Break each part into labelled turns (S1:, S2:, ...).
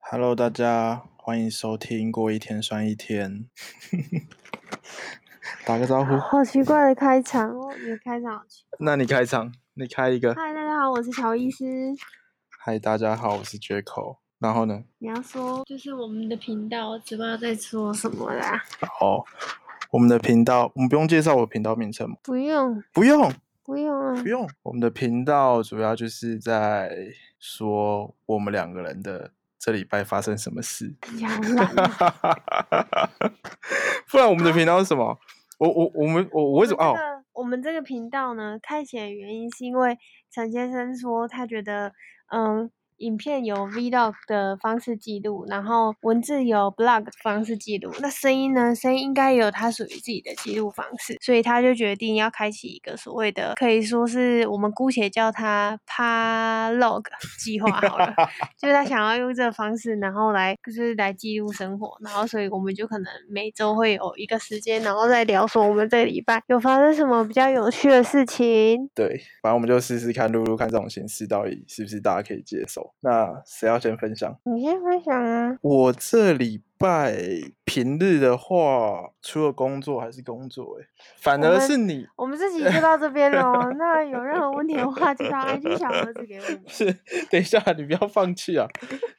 S1: Hello，大家欢迎收听《过一天算一天》打个招呼，
S2: 好奇怪的开场哦，你的开场好奇怪。
S1: 那你开场，你开一个。
S2: 嗨，大家好，我是乔医师。
S1: 嗨，大家好，我是绝口。然后呢？
S2: 你要说就是我们的频道，知道在说什么啦？
S1: 哦，我们的频道，我们不用介绍我频道名称吗？
S2: 不用，
S1: 不用，
S2: 不用啊
S1: 不。用。我们的频道主要就是在说我们两个人的这礼拜发生什么事。
S2: 看起来很懒啊。
S1: 不然我们的频道是什么？我我我们我我为什么？哦
S2: 我们这，个我们这个频道呢，开起来的原因是因为陈先生说他觉得，嗯，影片有 vlog 的方式记录，然后文字有 blog 的方式记录，那声音呢，声音应该也有它属于自己的记录方式，所以他就决定要开启一个所谓的，可以说是我们姑且叫它 “palog” 计划好了。就是他想要用这个方式，然后来就是来记录生活，然后所以我们就可能每周会有一个时间，然后再聊说我们这个礼拜有发生什么比较有趣的事情。
S1: 对，反正我们就试试看，录录看这种形式到底是不是大家可以接受。那谁要先分享？
S2: 你先分享啊，
S1: 我这礼拜平日的话，除了工作还是工作、欸，反
S2: 我
S1: 而
S2: 们
S1: 是你
S2: 我们这集就到这边 喽。那有任何问题的话，就到 IG 小盒子给我们。
S1: 是，等一下，你不要放弃啊！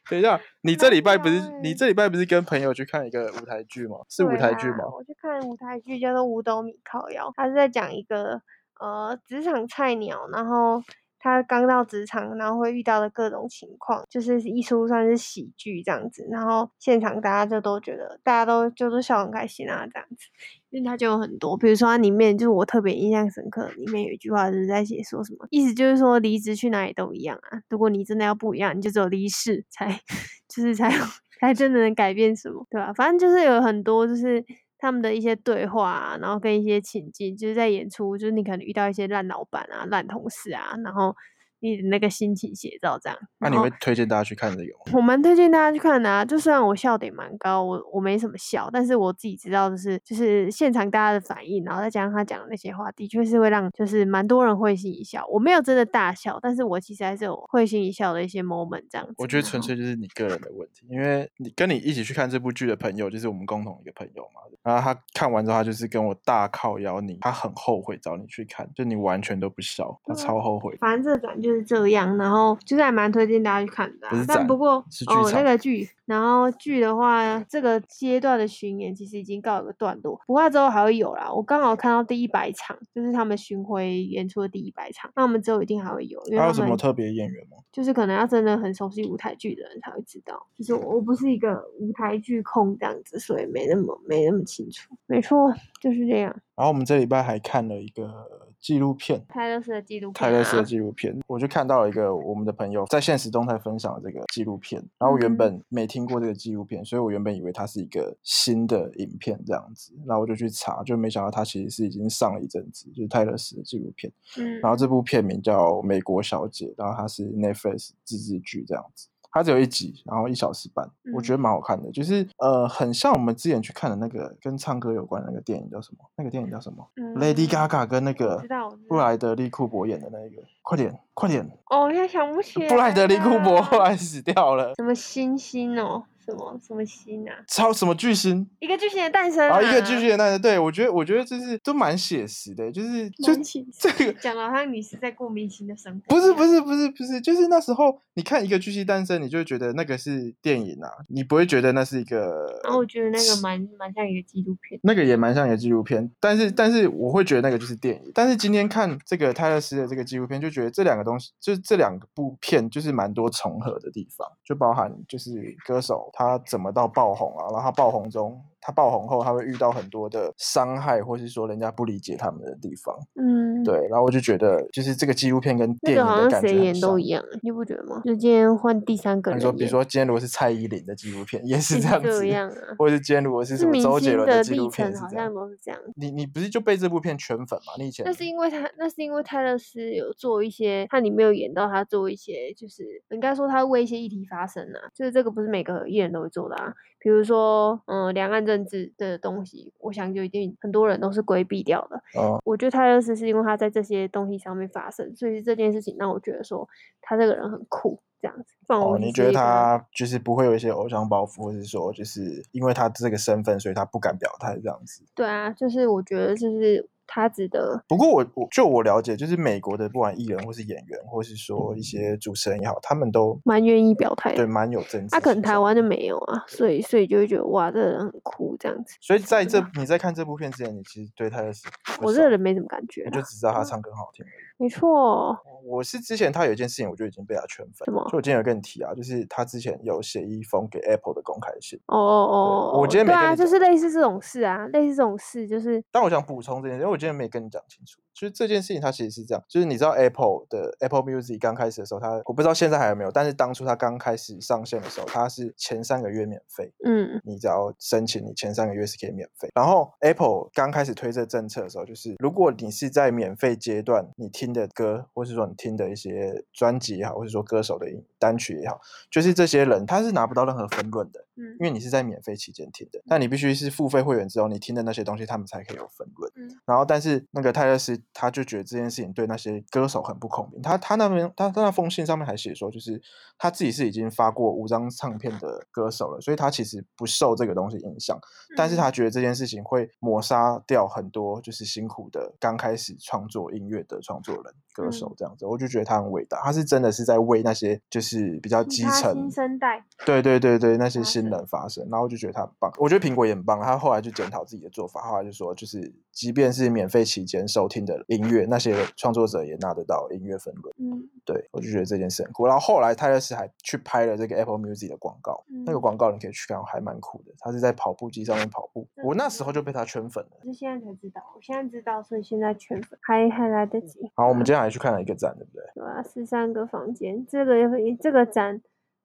S1: 等一下，你这礼拜不是
S2: 没有欸
S1: 你这礼拜不是跟朋友去看一个舞台剧吗？是舞
S2: 对
S1: 台剧
S2: 啊
S1: 吗？
S2: 我去看舞台剧叫做《五斗米靠腰》，他是在讲一个呃职场菜鸟，然后他刚到职场，然后会遇到的各种情况，就是一出算是喜剧这样子。然后现场大家就都觉得，大家都就都笑得很开心啊这样子，因为他就有很多，比如说它里面就是我特别印象深刻，里面有一句话就是在写说什么，意思就是说离职去哪里都一样啊，如果你真的要不一样，你就只有离世才 就是才有才真的能改变什么，对吧、反正就是有很多就是他们的一些对话、啊，然后跟一些情境，就是在演出，就是你可能遇到一些烂老板啊、烂同事啊，然后你的那个心情写照这样。
S1: 那、啊
S2: 然
S1: 你
S2: 后
S1: 会推荐大家去看这个吗？
S2: 我蛮推荐大家去看的、啊，就虽然我笑点蛮高，我我没什么笑，但是我自己知道，就是就是现场大家的反应，然后再加上他讲的那些话，的确是会让就是蛮多人会心一笑。我没有真的大笑，但是我其实还是有会心一笑的一些 moment 这样子。
S1: 我觉得
S2: 然
S1: 纯
S2: 后
S1: 粹就是你个人的问题，因为你跟你一起去看这部剧的朋友，就是我们共同一个朋友嘛。然后他看完之后，他就是跟我大靠邀你，他很后悔找你去看，就你完全都不笑，他
S2: 对啊
S1: 超后悔。
S2: 反正这展就是这样，然后就是还蛮推荐大家去看的啊、
S1: 不是展
S2: 但不过
S1: 是剧
S2: 哦，那
S1: 场
S2: 个剧，然后剧的话，这个阶段的巡演其实已经告一个段落，不过之后还会有啦。我刚好看到第一百场，就是他们巡回演出的第一百场，那我们之后一定还会有，因为
S1: 还有
S2: 他
S1: 什么
S2: 们
S1: 特别演员吗？
S2: 就是可能要真的很熟悉舞台剧的人才会知道。就是我我不是一个舞台剧控这样子，所以没那么没那么清楚。没错，就是这样。
S1: 然后我们这礼拜还看了一个纪录片，
S2: 泰勒斯的纪录片、
S1: 泰
S2: 啊，
S1: 勒斯的纪录片，我就看到了一个我们的朋友在现实动态分享了这个纪录片，然后我原
S2: 嗯
S1: 本没听过这个纪录片，所以我原本以为它是一个新的影片这样子，然后我就去查，就没想到它其实是已经上了一阵子，就是泰勒斯的纪录片。
S2: 嗯，
S1: 然后这部片名叫《美国小姐》，然后它是 Netflix 自制剧这样子。它只有一集，然后一小时半，我
S2: 嗯
S1: 觉得蛮好看的，就是呃，很像我们之前去看的那个跟唱歌有关的那个电影叫什么？那个电影叫什么、
S2: 嗯
S1: l a d y Gaga 跟那
S2: 我
S1: 个
S2: 知道，我知
S1: 布
S2: 道。
S1: 莱德利库伯演的那一个，快点，快点！
S2: 哦，我现在想不起来。
S1: 布莱德利库伯后来死掉了，
S2: 什么星星哦，什么什么星啊，
S1: 超什么巨星，
S2: 一个巨星的诞生、
S1: 然
S2: 啊。
S1: 哦后一个巨星的那个，对我觉得，我觉得就是都蛮写实的，就是就
S2: 蛮写
S1: 这个
S2: 讲的好像你是在过明星的生活。
S1: 不是不，是不是不是，就是那时候你看一个巨星诞生，你就会觉得那个是电影啊，你不会觉得那是一个。
S2: 然后我觉得那个蛮蛮像一个纪录片。
S1: 那个也蛮像一个纪录片，但是但是我会觉得那个就是电影。但是今天看这个泰勒斯的这个纪录片，就觉得这两个东西，就是这两个部片，就是蛮多重合的地方，就包含就是歌手他怎么到爆红啊，然后他爆红中，他爆红后他会遇到很多的伤害，或是说人家不理解他们的地方。
S2: 嗯，。
S1: 对，然后我就觉得就是这个纪录片跟
S2: 那
S1: 电
S2: 个
S1: 影
S2: 好
S1: 的
S2: 像
S1: 感觉
S2: 谁
S1: 很
S2: 演都
S1: 像
S2: 一样，你不觉得吗？就今天换第三个
S1: 那
S2: 人
S1: 你
S2: 演，
S1: 说，比如说今天如果是蔡依林的纪录片，也是
S2: 也
S1: 这样
S2: 这
S1: 子，
S2: 样啊，
S1: 或者是今天如果是什
S2: 是
S1: 么
S2: 明
S1: 周杰
S2: 星
S1: 伦的纪录
S2: 历
S1: 片
S2: 程
S1: 是
S2: 好
S1: 这样
S2: 像。都是这样。
S1: 你你不是就被这部片圈粉吗？你以前
S2: 那是因为他，那是因为泰勒斯有做一些，他里面有演到他做一些，就是应该说他为一些议题发声啊，就是这个不是每个艺人都会做的啊。比如说，嗯，两岸政治的东西，我想就一定很多人都是规避掉的。
S1: 哦
S2: 我觉得泰勒斯是因为他在这些东西上面发生，所以这件事情让我觉得说他这个人很酷，这样子。不然我
S1: 哦，
S2: 就
S1: 你觉
S2: 直
S1: 得
S2: 接跟
S1: 他就是不会有一些偶像包袱，或者说就是因为他这个身份，所以他不敢表态这样子？
S2: 对啊，就是我觉得就是他值得
S1: 不过我我就我了解，就是美国的不管艺人或是演员，或是说一些主持人也好，他们都
S2: 蛮愿意表态
S1: 对
S2: 的。
S1: 蛮有政治。
S2: 啊他、可能台。湾就没有啊，所以所以就会觉得哇，这个人很酷这样子。
S1: 所以在
S2: 不
S1: 这
S2: 知
S1: 你在看这部片之前，你其实对他的是不
S2: 我这
S1: 熟
S2: 个人没什么感觉
S1: 你
S2: 啦
S1: 就，只知道他唱歌很好听而已。
S2: 没错，哦
S1: 我是之前他有一件事情，我就已经被他圈粉
S2: 什
S1: 了。
S2: 么
S1: 就我今天有跟你提啊，就是他之前有写一封给 Apple 的公开信。
S2: 哦哦哦，
S1: 我今天没
S2: 对
S1: 跟
S2: 啊，
S1: 你
S2: 就
S1: 讲
S2: 是类似这种事啊，类似这种事就是
S1: 但我想补充这件事，因为我今天没跟你讲清楚，就是这件事情它其实是这样，就是你知道 Apple 的 Apple Music 刚开始的时候，它我不知道现在还有没有，但是当初它刚开始上线的时候，它是前三个月免费，
S2: 嗯
S1: 你只要申请，你前三个月是可以免费。然后 Apple 刚开始推这政策的时候，就是如果你是在免费阶段，你听的歌，或是说你听的一些专辑也好，或者说歌手的单曲也好，就是这些人他是拿不到任何分润的，
S2: 嗯
S1: 因为你是在免费期间听的，但你必须是付费会员之后，你听的那些东西他们才可以有分润。
S2: 嗯
S1: 然后，但是那个泰勒斯他就觉得这件事情对那些歌手很不公平。他他那边他他那封信上面还写说，就是他自己是已经发过五张唱片的歌手了，所以他其实不受这个东西影响。但
S2: 嗯
S1: 是他觉得这件事情会抹杀掉很多就是辛苦的刚开始创作音乐的创作人、歌手
S2: 嗯
S1: 这样子，我就觉得他很伟大，他是真的是在为那些就是比较
S2: 其
S1: 基
S2: 他
S1: 层
S2: 新生代，
S1: 对对对对，那些
S2: 发
S1: 新
S2: 生
S1: 人发生，然后我就觉得他很棒。我觉得苹果也很棒，他后来就检讨自己的做法，后来就说，就是即便是免费期间收听的音乐，那些创作者也拿得到音乐分润。
S2: 嗯
S1: 对我就觉得这件事很酷。然后后来泰勒斯还去拍了这个 Apple Music 的广告，那个
S2: 嗯
S1: 广告你可以去看，还蛮酷的。他是在跑步机上面跑步，
S2: 真
S1: 我
S2: 的
S1: 那
S2: 吗
S1: 时候就被他圈粉了。
S2: 我是现在才知道，我现在知道，所以现在圈粉还还来得及。
S1: 然后我们今天还去看了一个展，对不嗯对？
S2: 对啊，十三个房间，这个也会这个展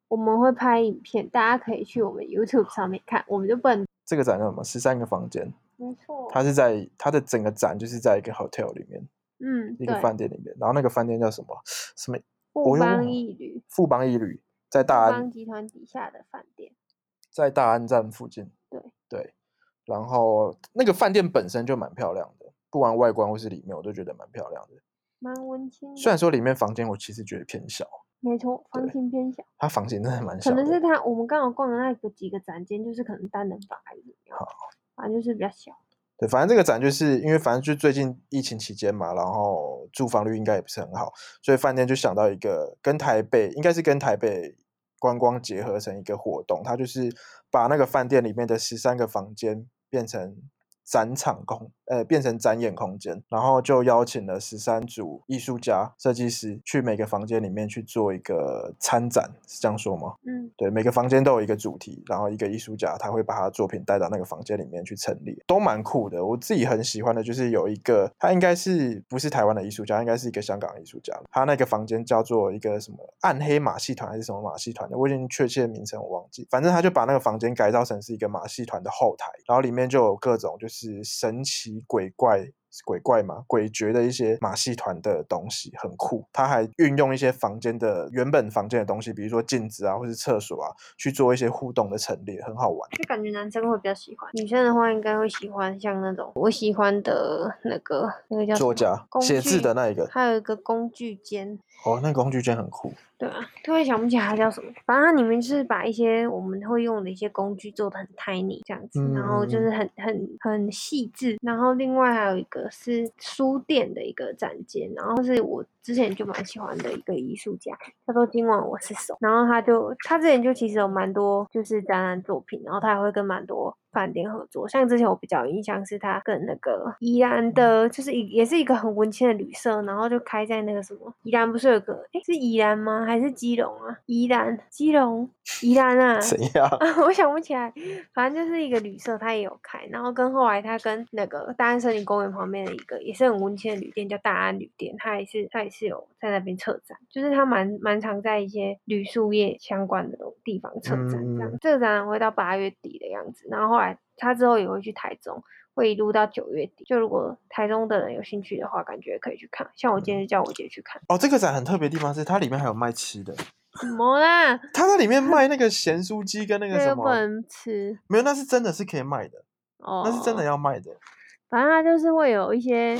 S2: 我们会拍影片，大家可以去我们 YouTube 上面看，我们就不能
S1: 这个展叫什么？十三个房间，
S2: 没错，
S1: 它是在它的整个展就是在一个 hotel 里面，
S2: 嗯
S1: 一个
S2: 对
S1: 饭店里面。然后那个饭店叫什么？什么？
S2: 富
S1: 又忘
S2: 邦
S1: 了
S2: 一旅，
S1: 富邦一旅，在大
S2: 富
S1: 安
S2: 邦集团底下的饭店，
S1: 在大安站附近。
S2: 对
S1: 对，然后那个饭店本身就蛮漂亮的，不管外观或是里面，我都觉得蛮漂亮的。
S2: 蛮温馨的。
S1: 虽然说里面房间我其实觉得偏小，
S2: 没错，房
S1: 对
S2: 型偏小，
S1: 它房间真的蛮小
S2: 可
S1: 的。
S2: 能是他我们刚好逛的那个几个展间，就是可能单人房还是怎么样，反正就是比较小。
S1: 对，反正这个展就是因为反正就最近疫情期间嘛，然后住房率应该也不是很好，所以饭店就想到一个跟台北应该是跟台北观光结合成一个活动，它就是把那个饭店里面的十三个房间变成展场空，呃，变成展演空间，然后就邀请了十三组艺术家、设计师去每个房间里面去做一个参展，是这样说吗？
S2: 嗯，
S1: 对，每个房间都有一个主题，然后一个艺术家他会把他的作品带到那个房间里面去陈列，都蛮酷的。我自己很喜欢的就是有一个，他应该是不是台湾的艺术家，应该是一个香港艺术家。他那个房间叫做一个什么暗黑马戏团还是什么马戏团的，我已经确切名称我忘记。反正他就把那个房间改造成是一个马戏团的后台，然后里面就有各种就是神奇鬼怪是鬼怪嘛，诡谲的一些马戏团的东西很酷。他还运用一些房间的原本房间的东西，比如说镜子啊，或是厕所啊，去做一些互动的陈列，很好玩。
S2: 就感觉男生会比较喜欢，女生的话应该会喜欢像那种我喜欢的那个那个叫什
S1: 作
S2: 么
S1: 家
S2: 工
S1: 写字
S2: 具
S1: 的那一个，
S2: 还有一个工具间，
S1: 哦，那个工具间很 酷。
S2: 对啊，突然想不起来它叫什么。反正它里面就是把一些我们会用的一些工具做的很 tiny 这样子，然后就
S1: 嗯
S2: 是很很很细致。然后另外还有一个是书店的一个展间，然后是我之前就蛮喜欢的一个艺术家，叫做今晚我是手。然后他就他之前就其实有蛮多就是展览作品，然后他也会跟蛮多。饭店合作，像之前我比较有印象是他跟那个宜兰的，就是一也是一个很文青的旅社，然后就开在那个什么宜兰，不是有个诶是宜兰吗？还是基隆啊？宜兰、基隆、宜兰啊
S1: 怎样？
S2: 啊， 我想不起来，反正就是一个旅社，它也有开，然后跟后来它跟那个大安森林公园旁边的一个也是很温馨的旅店叫大安旅店，它也是它也是有在那边策展，就是它蛮蛮常在一些旅宿业相关的东地方策展这样。
S1: 嗯
S2: 这个展览会到八月底的样子，然后后来它之后也会去台中。会一路到九月底，就如果台中的人有兴趣的话，感觉可以去看。像我今天就叫我姐去看，
S1: 哦，这个展很特别的地方是它里面还有卖吃的，
S2: 什么啦？
S1: 它在里面卖那个咸酥鸡跟那个
S2: 那
S1: 什
S2: 个不
S1: 么，
S2: 能吃
S1: 没有，那是真的是可以卖的，
S2: 哦，
S1: 那是真的要卖的。
S2: 反正它就是会有一些，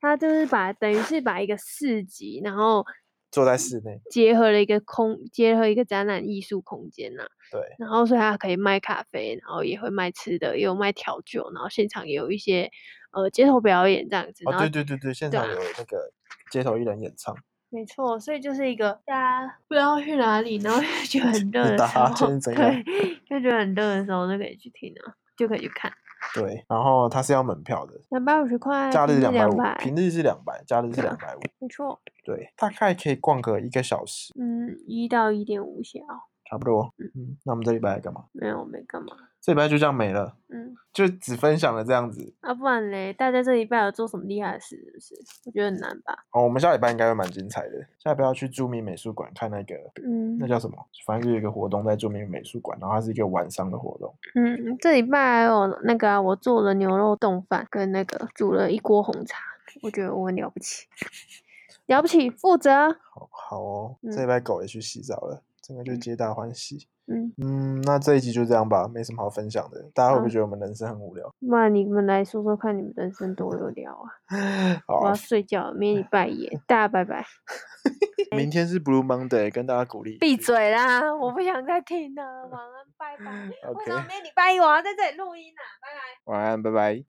S2: 它就是把等于是把一个市集，然后
S1: 坐在室内，
S2: 结合了一个空，结合一个展览艺术空间呐、
S1: 对，
S2: 然后所以它可以卖咖啡，然后也会卖吃的，也有卖调酒，然后现场也有一些呃街头表演这样子。然
S1: 哦，
S2: 后
S1: 对对对对，现
S2: 对
S1: 场
S2: 啊
S1: 有那个街头艺人演唱，
S2: 没错，所以就是一个大
S1: 嗯
S2: 家不知道去哪里，然后又觉得很 热的
S1: 打
S2: 时
S1: 哈
S2: 候，
S1: 欠是怎样
S2: 对，就觉得很热的时候就可以去听啊，就可以去看。
S1: 对，然后它是要门票的，
S2: 两百五十块，
S1: 假日
S2: 呃平
S1: 两百
S2: 两
S1: 五，
S2: 百，
S1: 平日是两百，假日是
S2: 对
S1: 两
S2: 啊
S1: 百五，
S2: 没错，
S1: 对，大概可以逛个一个小时，
S2: 嗯，一到一点五小，
S1: 差不多。嗯，那我们这礼拜来干嘛？
S2: 没有没干嘛，
S1: 这礼拜就这样没了，
S2: 嗯，
S1: 就只分享了这样子。
S2: 啊不然嘞，大家这礼拜有做什么厉害的事？是不是？我觉得很难吧，
S1: 哦，我们下礼拜应该会蛮精彩的，下礼拜要去著名美术馆看那个。
S2: 嗯
S1: 那叫什么？反正就有一个活动在著名美术馆，然后它是一个晚上的活动。
S2: 嗯，这礼拜还有那个啊、我做了牛肉冻饭，跟那个煮了一锅红茶，我觉得我很了不起， 了不起，负责，
S1: 好好哦，
S2: 嗯
S1: 这礼拜狗也去洗澡了，整个就
S2: 嗯
S1: 皆大欢喜。
S2: 嗯，
S1: 嗯，那这一集就这样吧，没什么好分享的。大家会不会
S2: 好
S1: 觉得我们人生很无聊？
S2: 不然你们来说说看，你们人生多有聊啊！
S1: 好
S2: 我要
S1: 啊，
S2: 睡觉了，明天礼拜一，大家拜拜，
S1: 明天是 Blue Monday，跟大家鼓励。
S2: 闭嘴啦，我不想再 听了，晚安，拜拜。为什么
S1: OK，
S2: 明天礼拜一我要在这里录音啊？拜拜。
S1: 晚安，拜拜。